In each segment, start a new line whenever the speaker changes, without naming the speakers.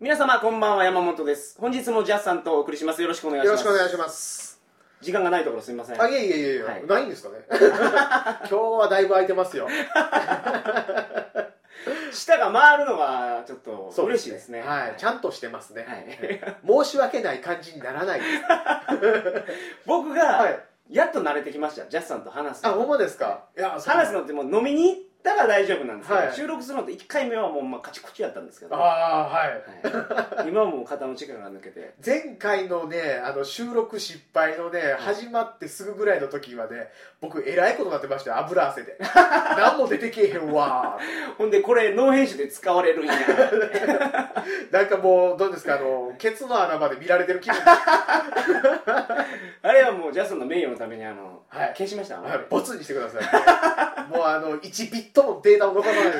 皆様こんばんは山本です本日もジャスさんとお送りしますよろしくお願いし
よ
ま
ろ
す
しくお願いします
時間がないところすみません
あいえいえいえいえ、
はい
ないんですかね 今日はだいぶ空いてますよ
舌が回るのがちょっと
そう
嬉しいですね
はい、ちゃんとしてますね、
はい
申し訳ない感じにならないです、ね、
僕
は
が
い
やっと慣れてきましたジャスさんと話す
あ
の
ほんまですかいやそう
話すのってもう飲みに行ったら大丈夫なんですけど、
はい
収録するのって1回目はもうまあカチコチやったんですけど、
あ
は
あはい
い、今はもう肩の力が抜けて
前回のねあの収録失敗のね、始まってすぐぐらいの時はね僕えらいことになってましたよ油汗で 何も出てけえへんわ
ほんでこれノー編集で使われ るんや
なんかもうどうですかあのケツの穴まで見られてる気分
あれはもうジャスさんの名誉のためにあの、
はい
消しました、
はいボツにしてください もうあの1ビットもデータも残さないで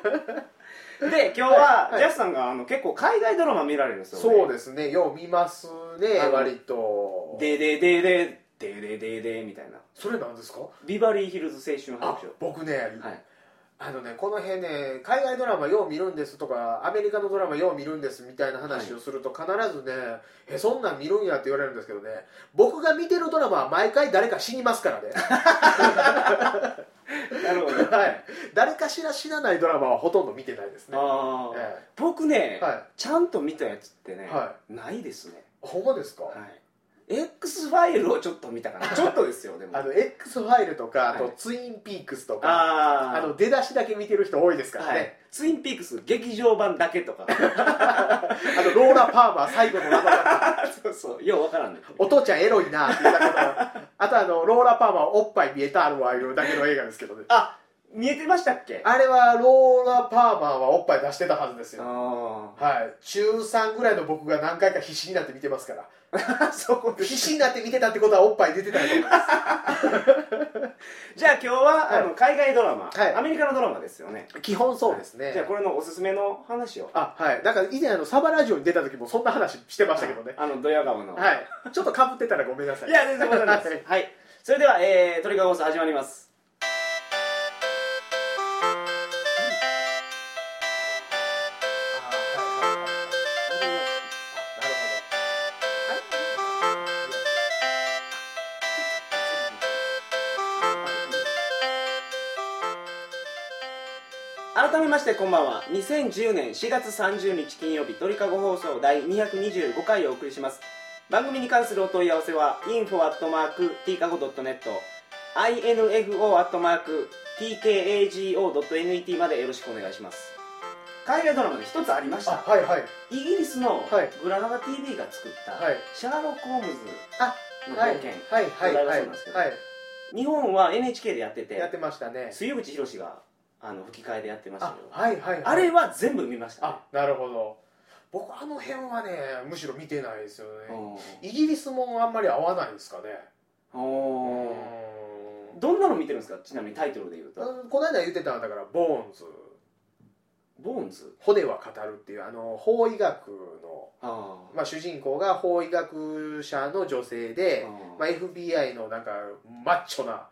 くださ
で今日は
はいはい
ジャスさんがあの結構海外ドラマ見られるんです
い
よ、
そうですねよう見ますね
あの
割と
ででででででででみたいな
それなんですか
ビバリーヒルズ青春
あ
白書
僕ね、
はい
あのねこの辺ね海外ドラマよう見るんですとかアメリカのドラマよう見るんですみたいな話をすると必ずね、えそんなん見るんやって言われるんですけどね僕が見てるドラマは毎回誰か死にますから ね、
なるほど
はい、誰かしら死なないドラマはほとんど見てないですね、
ああ、
え
僕ね、
えはい
ちゃんと見たやつってね、
は
ないですね
ほんまですか、
はい、X ファイルをちょっと見たかな ちょっとですよでも
あの X ファイルとかあ
は
と
い
ツインピークスとか、
あー
あの出だしだけ見てる人多いですから
はい
ね、、
ツインピークス劇場版だけとか
あのローラ・パーマー最後の名前
そうそうようわからんね
お父ちゃんエロいなって言ったことあとあのローラ・パーマーおっぱい見えたあるわいうだけの映画ですけどね
あ見えてましたっけあ
あれはローラ・パーマーはおっぱい出してたはずですよ
あ
はい中3ぐらいの僕が何回か必死になって見てますから
ー そこで
必死になって見てたってことはおっぱい出てたと思いま
じゃあ今日は、
はい
あの海外ドラマ、
はい
アメリカのドラマですよね
す基本そうですね
じゃあこれのおすすめの話を
あはいなんか以前あのサバラジオに出た時もそんな話してましたけどね
あのドヤ顔の、
はいちょっとかぶってたらごめんなさい
いや全然問題ないですはいそれでは、えー、トリガー放送始まります改めましてこんばんは2010年4月30日金曜日鳥かご放送第225回をお送りします番組に関するお問い合わせは info.tkago.net info.tkago.net までよろしくお願いします海外ドラマで一つありました
あはいはい
イギリスの
はい
グラナダ TV が作った、
はい
シャーロック・ホームズの
はい
冒険、
はいはい
お題
はい
は
は
そ
いう
なんですけど日本は NHK でやってて
やってましたね
水口博士があの吹き替えでやってました
あ
けどあ,、
はいはいはい
れは全部見ました、ね
あなるほど僕あの辺はねむしろ見てないですよ
う
ね
ん
イギリスもあんまり合わないですかね
おー
う
どんなの見てるんですかちなみにタイトルで言うと
ーんこの間言ってたのだからボーンズ
「ボーンズ
骨は語るっていうあの法医学の、」
あ
まあ、主人公が法医学者の女性で、
ー
まあ、FBI のなんかマッチョな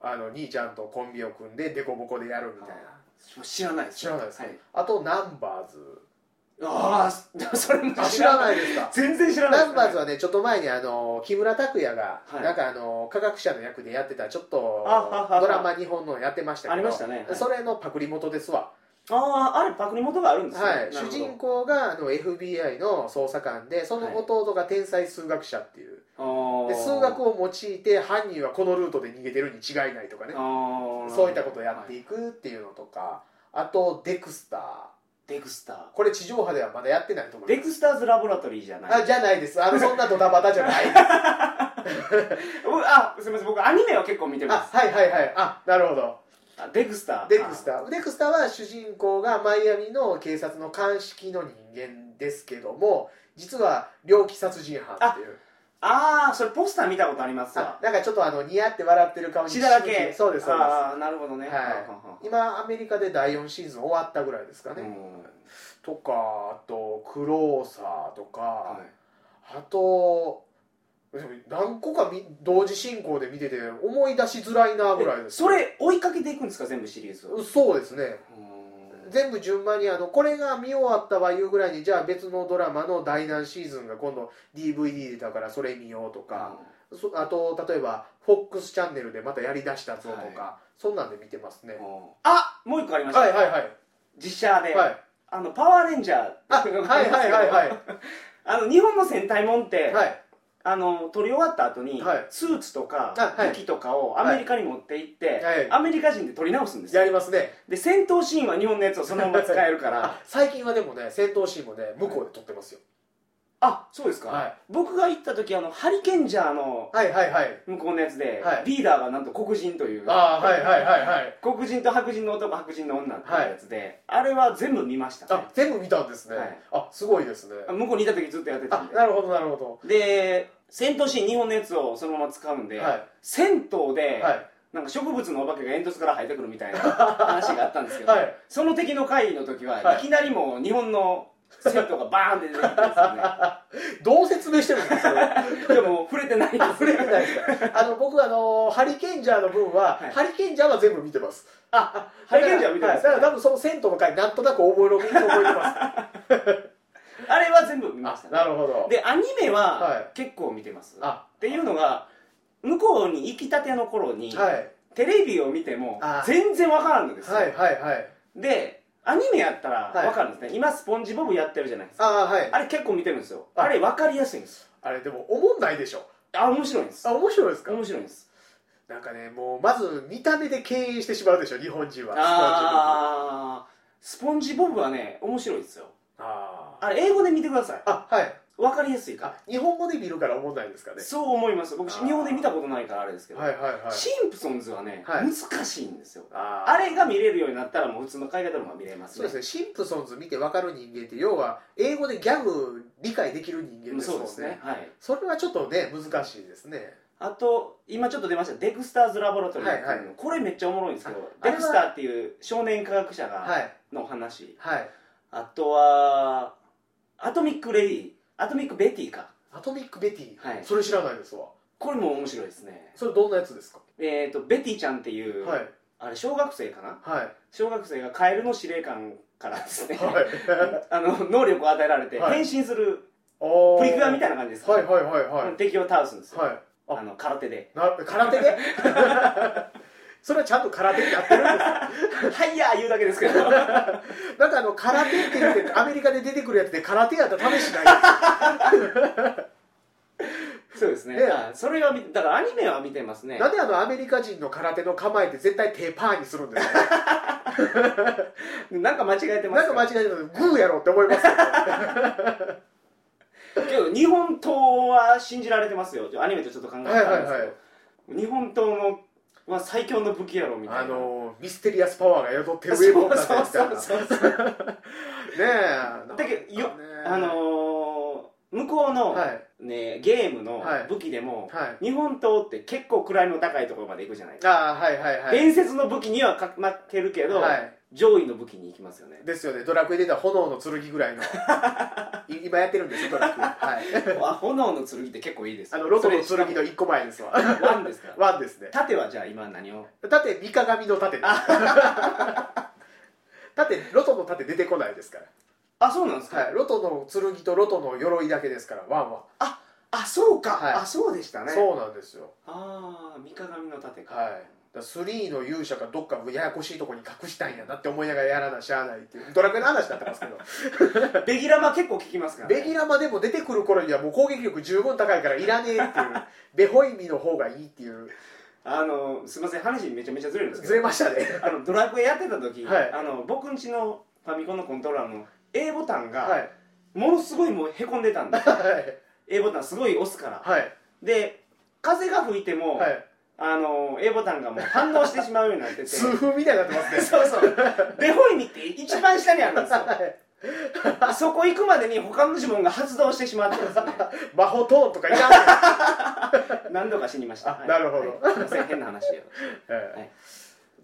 あの兄ちゃんとコンビを組んでデコボコでやるみたいな
あ知らないです
知らないです
は
か、
い、
あとナンバーズ
ああ それも
あ知ら
い
ないですか
全然知らない
ナンバーズはねちょっと前にあの木村拓哉が、
はい
なんかあの科学者の役でやってたちょっと
あはは
ドラマ日本のやってましたけど
ありましたねはい
それのパクリ元ですわ、
あああれパクリ元があるんですね
はい、
なるほ
主
ど
人公があの FBI の捜査官でその弟が天才数学者っていう、
あー
で数学を用いて犯人はこのルートで逃げてるに違いないとかね
あー
そういったことをやって
はい
いくっていうのとか、あとデクスター
デクスター
これ地上波ではまだやってないと思い
デ
ま
クスターズラボラトリーじゃない
すあじゃないですあのそんなドタバタじゃない
僕あすみません僕アニメは結構見てま
あ
す
はいはいはいあなるほど
あデクスター
デクスタ
ー
ーデクスターは主人公がマイアミの警察の鑑識の人間ですけども実は猟奇殺人犯っていう
ああそれポスター見たことあります
あ
わ
なんかちょっとあのニヤって笑ってる顔に
血だらけ
そうですそうで
ああなるほどね
はいす今アメリカで第4シーズン終わったぐらいですかね、
うん
とかあと「クローサー」とか、
はい
あとでも何個かみ同時進行で見てて思い出しづらいなぐらいです
それ追いかけていくんですか全部シリーズを
そうですね全部順番にあのこれが見終わったわいうぐらいにじゃあ別のドラマの第何シーズンが今度 DVD だからそれ見ようとか、そあと例えば FOX チャンネルでまたやりだしたぞとか、
は
そんなんで見てますね
うん、あもう一個ありました、
はいはいはい
実写で、
はい
あのパワーレンジャー
あはいはいはいはい
あの日本の戦隊もんって、
はい
あの撮り終わった後に、
はい
スーツとか
あはい
武器とかをアメリカに持って行って、
はい
アメリカ人で撮り直すんですよ
やりますね
で戦闘シーンは日本のやつをそのまま使えるから
あ最近はでもね戦闘シーンもね向こうで撮ってますよ、
あそうですか、
はい
僕が行った時あのハリケンジャーの
はい、はいはい
向こうのやつで、
はい
リーダーがなんと黒人という
ああはいはいはいはい
黒人と白人の男白人の女っていうやつで、あれは全部見ましたね
あ全部見たんですね、
はい
あすごいですね
向こうにいた時ずっとやってたん
あ
で
なるほどなるほ
で戦闘シーン日本のやつをそのまま使うんで、
どは
銭湯
い
で、
はい
なんか植物のお化けが煙突から生えてくるみたいな話があったんですけど、
はい
その敵の会の時は、
はい
い、きなりもう日本の銭湯がバーンって出てきたん
どう説明してるんで
で
すか
すよねで も触れてないです
触れてないですかあの僕あのハリケンジャーの分は、
はい
ハリケンジャーは全部見てます
あハリケンジャー見てます
だから,、はい、だから多分その銭湯の回なんとなく覚えろ覚えてま
あれは全部見まし
す
た
な
ね
るほど
でアニメ
は
はい結構見てます、
あ
っていうのが向こうに行きたての頃に、
はい
テレビを見ても
あ
全然わからんのですよ、
はいはいはい
でアニメやったら
はい
わかるんですね、今スポンジボブやってるじゃないですか
ああはい
あれ結構見てるんですよ
あ
あれわかりやすいんです
あれでも思んないでしょ
あ面白いんです
あ面白いですか
面白いんです
なんかねもうまず見た目で敬遠してしまうでしょ日本人は
ああスポンジボブはね面白いですよ
スポンジあー
あれ英語で見てください
あはい
わかりやすいか
あ日本語で見るから思んないんですかね
らそう思います僕
あ
日
ー
本で見たことないからあれですけど、
はいはいはい
シンプソンズはね、
はい
難しいんですよ
あー
あれが見れるようになったらもう普通の海外ドラマ見れます
そうですねシンプソンズ見て分かる人間って要は英語でギャグ理解できる人間
うん
です
そ
も
うんですねはい
それはちょっとね難しいですね
あと今ちょっと出ました「デクスターズ・ラボラトリー」っていうの
はいは
これめっちゃおもろいんですけど
あれ
デ
は
クスターっていう少年科学者
は
が
い
の話
はい
あとは「アトミック・レディ」「アトミック・ベティ」か
アトミック・ベティ、
はい
それ知らないですわ
これも面白いですね
それどんなやつですか、
えっ、とベティちゃんっていう、
はい
あれ小学生かな
はい
小学生がカエルの司令官からですね、
はい
あの能力を与えられて
はい
変身する
おー
プリクラみたいな感じです
はいはいはいはい、
敵を倒すんですよ、
はい
あの空手で
な空手で それはちゃんと空手やってるんですか
「はいや!」言うだけですけど
なんかあの空手って言ってアメリカで出てくるやつで空手やったら試し ない
そうですね
ね
あそれは見だからアニメは見てますね
なんであのアメリカ人の空手の構えって絶対手パーに するんですか、ね、
なんか間違えてま
な
す
んか
よ
間違えてるグーやろって思いますけど
けど日本刀は信じられてますよアニメとちょっと考えたんですけど、
はいはいは
日本刀のは最強の武器やろみたいな
あのミステリアスパワーが宿ってるウ
そう
ェブンだった
そう
みたいな
そう
ね
そう
えなんか
だけどよ
ね
あのー向こうの、
はい
ね、ゲームの
はい
武器でも、
はい
日本刀って結構位の高いところまで行くじゃないですか、
あーはいはいはい
伝説の武器にはか負けるけど、
はい
上位の武器に行きます よね
ですよねドラクエで出た炎の剣ぐ らいのい今やってるんですよドラクエはい
あ炎の剣って結構いいです
あ
よ
のロトの
それ
剣の一個前ですわ
ワンですから
ワンですね
盾はじゃあ今何を
盾三鏡の盾です 盾ロトの盾出てこないですか
あそうなんです
ら、はい、ロトの剣とロトの鎧だけですからワンは、
あそうか、
はい
あそうでしたね
そうなんですよ
ああ三鏡の盾か、
はいだから3の勇者がどっかややこしいとこに隠したいんやなって思いながらやらなしゃあないっていうドラクエの話になってますけ ど
ベギラマ結構効きますから、ね、
ベギラマでも出てくる頃にはもう攻撃力十分高いからいらねえっていう ベホイミの方がいいっていう
あのすみません話めちゃめちゃずれるんですけ
ず
ど
れましたね
あのドラクエやってた時、
はい
あの僕んちのファミコンのコントローラーの A ボタン
は
が
い
ものすごいもうへこんでたんで
はい
A ボタンすごい押すから
はい
で風が吹いても、
はい
あの A ボタンがもう反応してしまうようになってて
痛
そう
風みたいになって ますね
そうベホイミって一番下にあるんですよそこ行くまでに他の呪文が発動してしまって ですね
魔法トーンとかいらんのよ
何度か死にました
あ
はい
なるほど
はいすいません変な話 よ
え
はい
え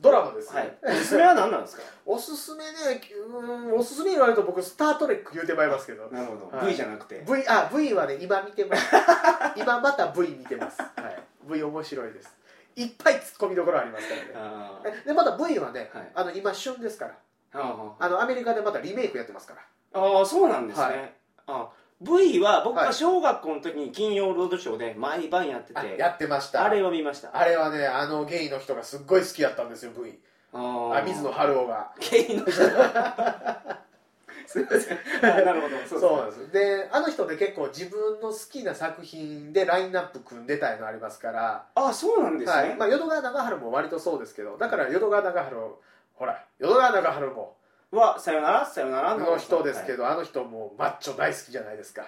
ドラマですね、
はいおすすめは何なんですか
おすすめねうーんおすすめ言われると僕「スター・トレック」言うてまいりますけど
なるほど、
はい
V じゃなくて
V あ V はね今見てます 今また V 見てます、はい、V 面白いですいっぱいツッコミどころありますからね
あ
えでまた V はね、
はい
あの今旬ですから
あ
あのアメリカでまたリメイクやってますから
ああそうなんですね、
は
あ V は僕
は
が
い
小学校の時に金曜ロードショーで毎晩やってて、
あやってました
あれは見ました
あれはねあのゲイの人がすっごい好きやったんですよ V
あ
あ水野春夫が
ゲイの人 すいませんあなるほどそうです
そうなんですであの人で結構自分の好きな作品でラインナップ組んでたいのありますから
あそうなんですね、
はいまあ、淀川長春も割とそうですけどだから淀川長春ほら淀川長春も
はさよならさよなら
あの人ですけ
ど、
ど、あの人もうマッチョ大好きじゃないですか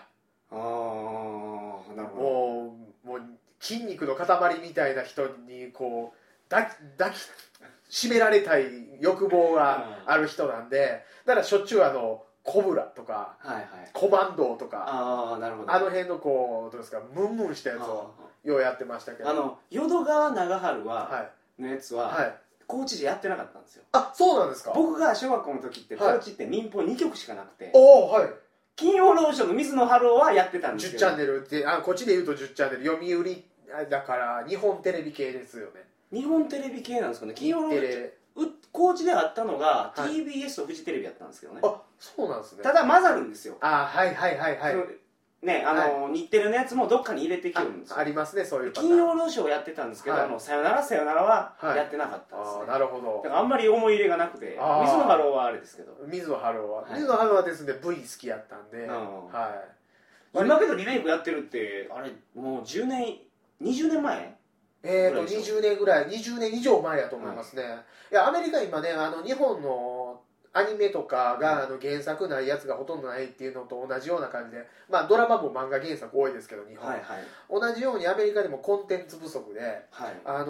ああなるほど
もうもう筋肉の塊みたいな人にこう抱き抱きしめられたい欲望がある人なんでだからしょっちゅうあのコブラとか
はいはい
コバンドとか
ああなるほど
あの辺のこうどうですかムンムンしたやつをようやってましたけど
あの淀川長春は、
は
のやつ
い、
は、
はい、
高知でやってなかったんですよ
あそうなんですか
僕が小学校の時って
はい
高知って民放2局しかなくて、
おおはい
金曜ロードショーの水野晴郎はやってたんです
10
け
チ
ど
ャンネルってあこっちで言うと10チャンネル読売あだから日本テレビ系ですよね
日本テレビ系なんですかね金曜ロードシ
テ
ョー
レ
う高知であったのが
はい
TBS とフジテレビやったんですけどね、
あそうなんですね
ただ混ざるんですよ、
あはいはいはいはい
そのねあの、日テレのやつもどっかに入れてきてるんです
ああ
よ
りますねそういうパター
金
ン
曜ロードショーをやってたんですけど、
はい
あのさよならさよならは
はい
やってなかったんですね
あ、あなるほど
だからあんまり思い入れがなくて水
あー
野晴郎はあれですけど
水野春夫は、
はい
水野春夫はですね V 好きやったんで、
うん
は
今けどリメイクやってるってあれもう10年20年前
いえー、
ぐら
と
いでし
20年ぐらい20年以上前やと思いますね、い、やアメリカ今ねあの日本のアニメとかが、あの原作ないやつがほとんどないっていうのと同じような感じでまあドラマも漫画原作多いですけど日本、
はいはい
同じようにアメリカでもコンテンツ不足で
はい
あのー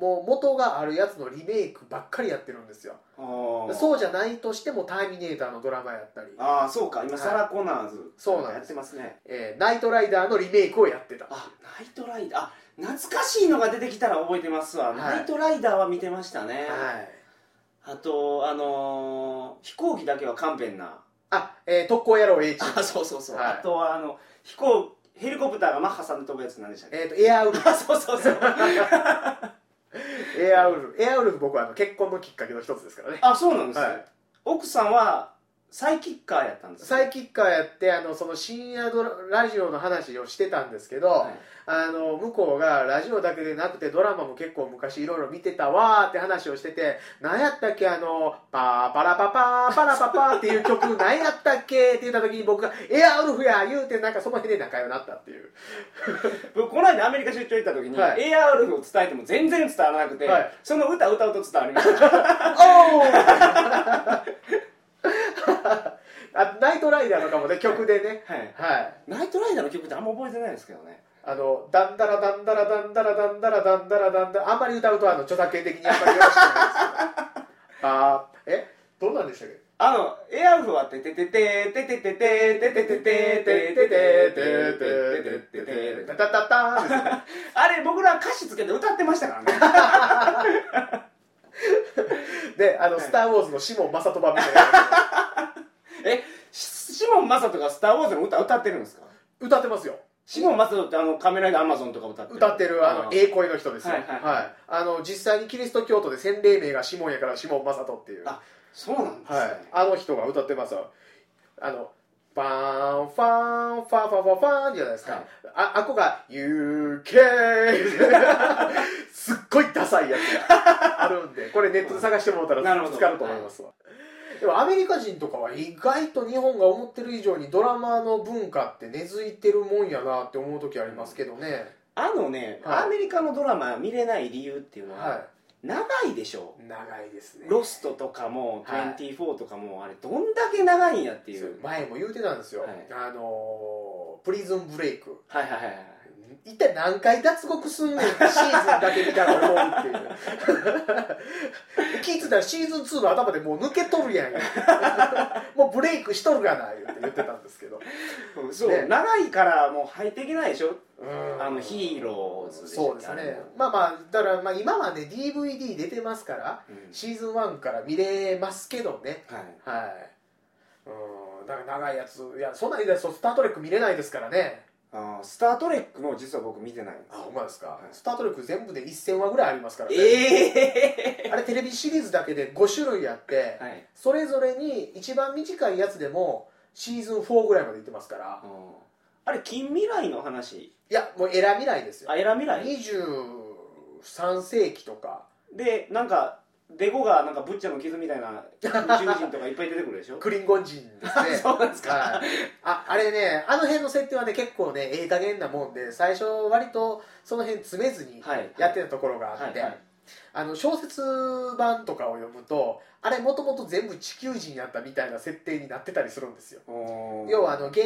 もう元があるやつのリメイクばっかりやってるんですよ
あう
そうじゃないとしても「ターミネーター」のドラマやったり
ああそうか今サラ・コナーズ
そうなん
や
で
っ
す
てますね
えーナイトライダーのリメイクをやってた
あナイトライダーあ懐かしいのが出てきたら覚えてますわ、
い
ナイトライダーは見てましたね、
はい
あとあのー飛行機だけは勘弁 な
あ、えー特攻野郎 H
あそうそうそう、
はい
あとはあの飛行ヘリコプターがマッハさんで飛ぶやつ何でしたっけ、
えーとエアウル フ
あそうそう そう
エアウルフエアウルフ僕はあの結婚のきっかけの一つですからね
あそうなんですね、
はい
奥さんはサイキッカーやったんですよ
サイキッカーやってあのその深夜ドララジオの話をしてたんですけど、
はい
あの向こうがラジオだけでなくてドラマも結構昔いろいろ見てたわーって話をしてて何やったっけあのパーパラパパーパラパパーっていう曲何やったっけって言った時に僕がエアウルフや言うてなんかその辺で仲良くなったっていう
僕この間アメリカ出張行った時に、
は
AR ルフを伝えても全然伝わらなくて、
はい
その歌歌うと伝わりました
あナイトライダーとかもね曲でね
はい
はい
ナイトライダーの曲ってあんま覚えてないですけどね
あのダンダラダンダラダンダラダンダラダンダラダンダラあんまり歌うとあの著作権的にあんまりよろしくないですけどあーえどんなんでしたっけ
あの AR ルフはててててててててててててててててててててて
タタタタン
あれ僕ら歌詞つけて歌ってましたからね
であの「スター・ウォーズ」のシモン・マサトバみたいな
えシシモン・マサトが「スター・ウォーズ」の歌歌ってるんですか
歌ってますよ
シモン・マサトってあのカメラでアマゾンとか歌ってる
歌ってるあの
ー
ええ声の人ですよ
は
はいい
はい
あの実際にキリスト教徒で洗礼名がシモンやからシモン・マサトっていう
あそうなんですね、
はい、あの人が歌ってますよあのファンファンファンファンファンファンじゃないですか、
はい
ああっこが「UK」すっ ごいダサいやつがあるんでこれネットで探してもらった
なるほ
ら
ど
見つかると思いますわ、でもアメリカ人とかは意外と日本が思ってる以上にドラマの文化って根付いてるもんやなって思う時ありますけどね、
あのね、
はい
アメリカのドラマ見れない理由っていうのは、
は
長いでしょ
い長いですね
ロストとかも、
はい
24とかもあれどんだけ長いんやっていう
前も言うてたんですよ、
はい
あのープリズンブレイク
はいはいはいはい
一体何回脱獄すんねんってシーズンだけ見たら思うっていう聞いてたらシーズン2の頭でもう抜けとるやん言うてもうブレイクしとるがな言って言ってたんですけど
うんそう、
ね
長いからもう入っていけないでしょ、
うん
あのヒーローズしたっけ
そうです
あれ
ね
も
まあまあだからまあ今はね DVD 出てますから
うん
シーズン1から見れますけどね
はい
はいうんだから長いやついやそんなにだとスター・トレック見れないですからね
あースター・トレックも実は僕見てないんです
あほんまですか、
はい
スター・トレック全部で1000話ぐらいありますからね、
え
あれテレビシリーズだけで5種類あって、
ー、はい
それぞれに一番短いやつでもシーズン4ぐらいまでいってますから
あれ近未来の話
いやもうエラ未来ですよ
あエラ未来
23世紀とか
でなんかデコがなんかブッチャの傷みたいな宇宙人とかいっぱい出てくるでしょ
クリンゴン人です ね
そうなんですか
はいああれねあの辺の設定はね結構ねええ加減なもんで最初割とその辺詰めずに
はい
やってたところがあって、
はいはい
あの小説版とかを読むとあれもともと全部地球人やったみたいな設定になってたりするんですよ
おー
要はあの現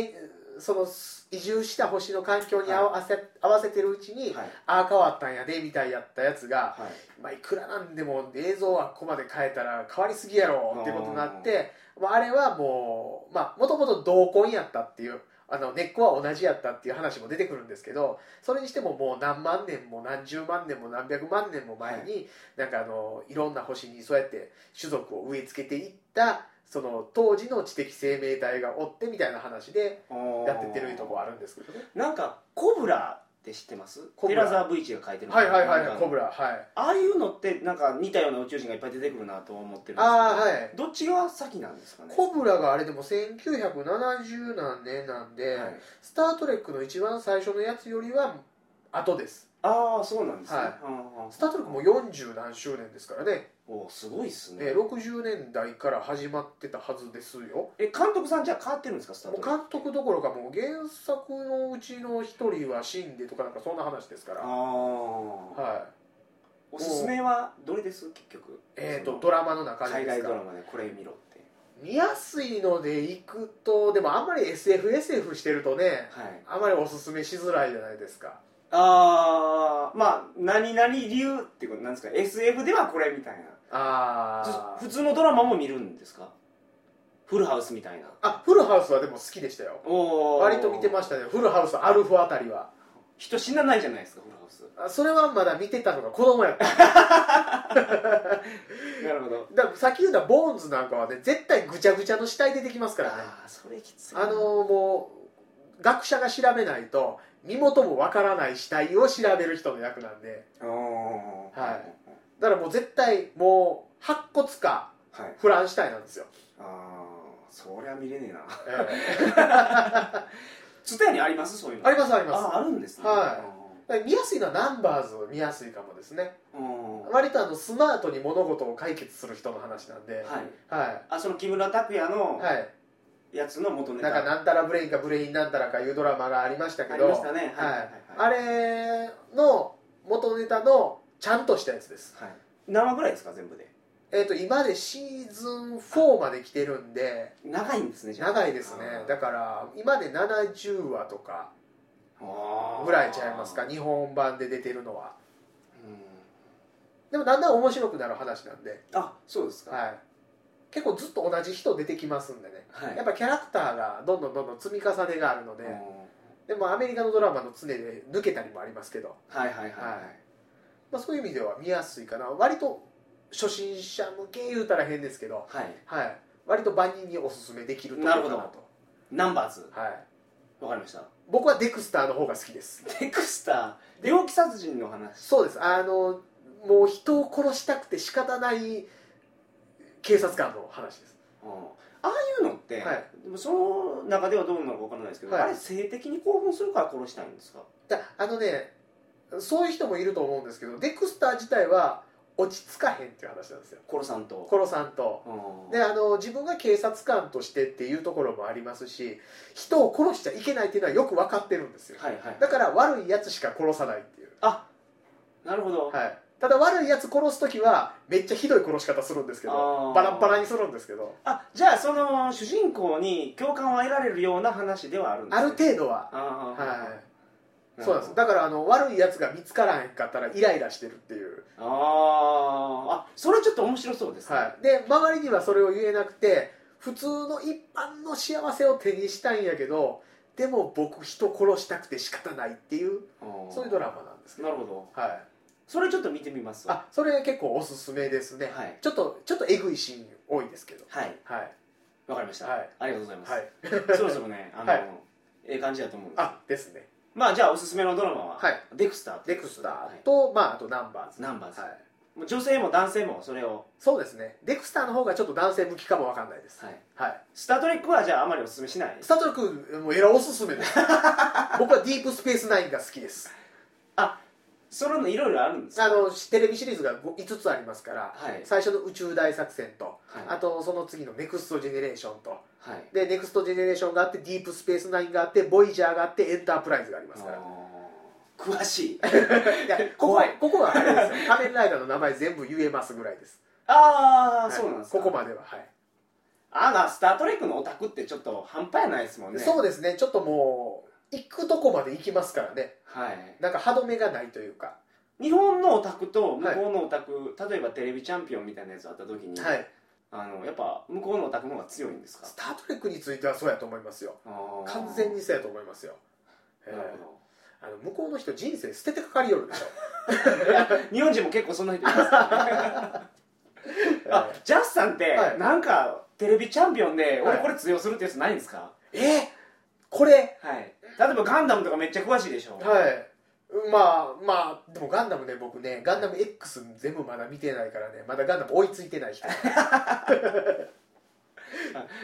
その移住した星の環境に合わせ,、合わせてるうちに、
はい
ああ変わったんやでみたいやったやつが、
はい
まあ、いくらなんでも映像はここまで変えたら変わりすぎやろっていうことになってまああれはもうまあもともと同婚やったっていうあの根っこは同じやったっていう話も出てくるんですけどそれにしてももう何万年も何十万年も何百万年も前に、なんかあのいろんな星にそうやって種族を植え付けていったその当時の知的生命体がおってみたいな話で
おー
やってってるとこはあるんですけどね
なんかコブラって知ってます
コブ
テ
ラ
ラザー・ブイチが書いてる
はいはいはい
なん
は
か
いコブラはい
ああいうのってなんか似たような宇宙人がいっぱい出てくるなと思ってるんですけど
ああはい
どっちが先なんですかね
コブラがあれでも1970何年なんで、
はい
スター・トレックの一番最初のやつよりは後です
ああそうなんですね、
はい
うんうん
スター・トレックも40何周年ですからね、
おーすごいっすね
えー60年代から始まってたはずですよ
え監督さんじゃあ変わってるんですかスター
も
ト
う
レッ
監督どころかもう原作のうちの一人は死んでとかなんかそんな話ですから
クあ
は
あ
い
おすすめはどれです結局
えー、
そ
と
の
ドラマの中で
海
です
外
か
ドラマでこれ見ろって
見やすいので行くとでもあんまり SFSF してるとね
はい
あんまりおすすめしづらいじゃないですか
ああまあ何々理由ってことなんですか SF ではこれみたい
あ
な
あ
普通のドラマも見るんですかフルハウスみたいな
あフルハウスはでも好きでしたよ
おお
割と見てましたねフルハウスアルフあたりは
人死なないじゃないですかフルハウス
あそれはまだ見てたのが子供やった
なるほど
だからさっき言ったボーンズなんかはね絶対ぐちゃぐちゃの死体出てきますからね
ああそれきついな
あのーもう学者が調べないと身元もわからない死体を調べる人の役なんで
おー
はいだからもう絶対もう白骨か
はい
フランシュタインなんですよ、
ああそりゃ見れねえな
え
ツタヤにありますそういう
え
の
ありますあります
ああるんですね
はだから見やすいのはナンバーズ見やすいかもですね
うんは
割とあのスマートに物事を解決する人の話なんで
い
は
あその木村拓哉
い
の
はい
やつの元ネタ
なんかなんたらブレインかブレインなんたらかいうドラマがありました
あ
け
り
ど
ましたねはい
は
はいい
あれの元ネタのちゃんとしたやつです
はい何話ぐらいですか全部で
えっ、と今までシーズン4まで来てるんで
長いんですねじゃあ
長いですね
あー
だから今まで70話とか
あー
ぐらいちゃいますか日本版で出てるのは
うん
でもだんだん面白くなる話なんで、
あそうですか
はい、結構ずっと同じ人出てきますんでね
は
やっぱキャラクターがどんどんどんどん積み重ねがあるので、
うん
でもアメリカのドラマの常で抜けたりもありますけど
はいはいはい
は
はい
まあ、そういう意味では見やすいかな割と初心者向け言うたら変ですけど、
いはい
はい、割と万人におすすめできるところ
なる
か
ほ
な
ど
と
ナンバーズ
はい、
わかりました
僕はデクスターの方が好きです
デクスター猟奇殺人の話
そうですあのもう人を殺したくて仕方ない警察官の話です
うんああいうのって、
はい
でもその中ではどうなのかわからないですけど、
はい
あれ性的に興奮するから殺したいんですか
だあのねそういう人もいると思うんですけどデクスター自体は落ち着かへんっていう話なんですよ
殺さんと
コロさんと
うん
であの自分が警察官としてっていうところもありますし人を殺しちゃいけないっていうのはよく分かってるんですよ
はいはい
だから悪いやつしか殺さないっていう、
なるほど、
はい、ただ悪いやつ殺す時はめっちゃひどい殺し方するんですけ
あ
ど
ー
バラッバラにするんですけど
あじゃあその主人公に共感を得られるような話ではあるんです
あ
ね
る程度は、
あー
はい、そうなんですだからあの悪いやつが見つからへんかったらイライラしてるっていう、
あーあそれちょっと面白そうですね、
はい、で周りにはそれを言えなくて普通の一般の幸せを手にしたいんやけどでも僕人殺したくて仕方ないっていう
うん
そういうドラマなんですけど
なるほど
はい、
それちょっと見てみますわ
あそれ結構おすすめですね、
はい
ちょっとちょっとえぐいシーン多いですけど
はい
はい
わかりました、
はい
ありがとうございます、
はい
そろそろねあの、
はい
ええ感じだと思うんです
あですね
まあじゃあおすすめのドラマは、
はい
デクスター
デクスタ
はい
ーと、まあ、あとナンバーズ
ナンバーズ
はい、
もう女性も男性もそれを、
そうですねデクスターの方がちょっと男性向きかもわかんないです
はい
はい
スター・トレックはじゃああまりおすすめしない
スタートレックもうえらいおすす めです僕はディープスペースナインが好きです
それのいろいろあるんですか
あのテレビシリーズがご5つありますから、
はい
最初の宇宙大作戦と、
はい
あとその次のネクストジェネレーションと
はい
でネクストジェネレーションがあってディープスペースナインがあってボイジャーがあってエンタープライズがありますから
あー詳し い
いやここ
怖い
ここはあれですよ 仮面ライダーの名前全部言えますぐらいです
ああ、
はい
そうなんですか
ここまでははい
あらスター・トレックのオタクってちょっと半端やないですもんね
そううですねちょっともう行くとこまで行きますからね
はい
なんか歯止めがないというか
日本のオタクと向こうのオタク、例えばテレビチャンピオンみたいなやつあった時に、
はい
あのやっぱ向こうのオタクの方が強いんですか
スター・トレックについてはそうやと思いますよ完全
に
にそうやと思いますよ、え
なる
ーあの向こうの人人生捨ててかかりよるでしょ
ほどいや日本人も結構そんな人 いますからねあジャスさんって、
はい
なんかテレビチャンピオンで、
はい
俺これ通用するってやつないんですか
えーこれ
はい例えばガンダムとかめっちゃ詳しいでしょ
はいまあまあでもガンダムね僕ねガンダム X 全部まだ見てないからねまだガンダム追いついてな い人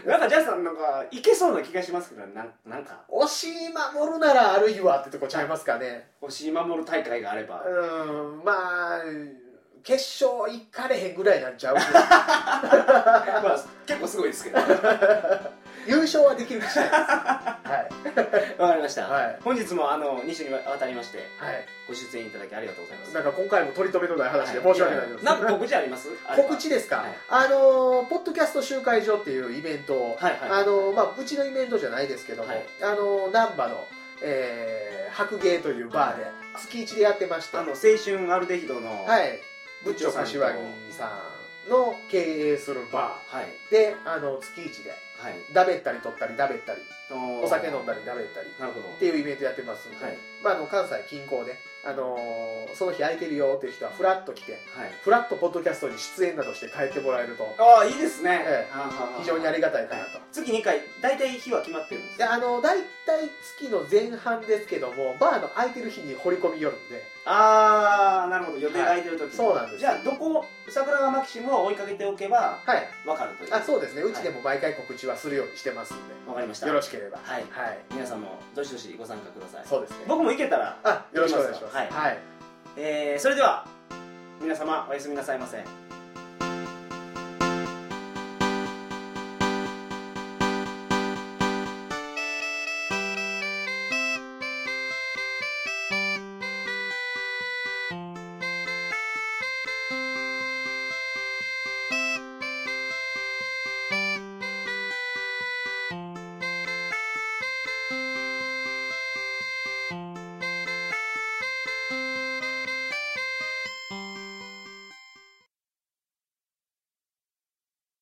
なんかジャスさんなんかいけそうな気がしますけどなんなんか
押し守るならあるいはってとこちゃいますかね
押し守る大会があれば
うーんまあ決勝行かれへんぐらいなん ちゃう
まあ、結構すごいですけど。わ
優勝はできるしないですはい
かりました。
はい
本日もあの2週にわたりまして
はい
ご出演いただきありがとうございます。
なんか今回も取り留めのない話で申し訳ないです、
なんか告知あります？あれば
告。知ですか、
はい
あのーポッドキャスト集会所っていうイベントを、
はいはい。
あのーまあ、うちのイベントじゃないですけども、
はい
あのー難波の、えー白芸というバーで月1でやってまして、
あ
はい
の青春アルデヒドのはい。
ブッチョ柏木さんの経営するバ
はい
ーであの月1でだべったり取ったりだべったり
の
お酒飲んだりだべったり
なるほ
っていうイベントやってますんで、
ど。はい
まあ、あの関西近郊で、あのーその日空いてるよっていう人はフラッと来て
はい。
フラッとポッドキャストに出演などして帰ってもらえると
ああいいですね
え。
ああ
非常にありがたいかなと。
月2回大体日は決まってるんです
であの大体月の前半ですけどもバーの空いてる日に掘り込み寄るんで
ああなるほど予定が空いてる時に
そうなんです
じゃあどこ桜川マキシムを追いかけておけば
はい
わかるという
あそうですねうちでも毎回告知はするようにしてますんで
わかりました
よろしければ
はい
はい
皆さんもどしどしご参加ください
そうですね
僕も行けたら
あよろしくお願いします
は
はいい
えーそれでは皆様おやすみなさいませ。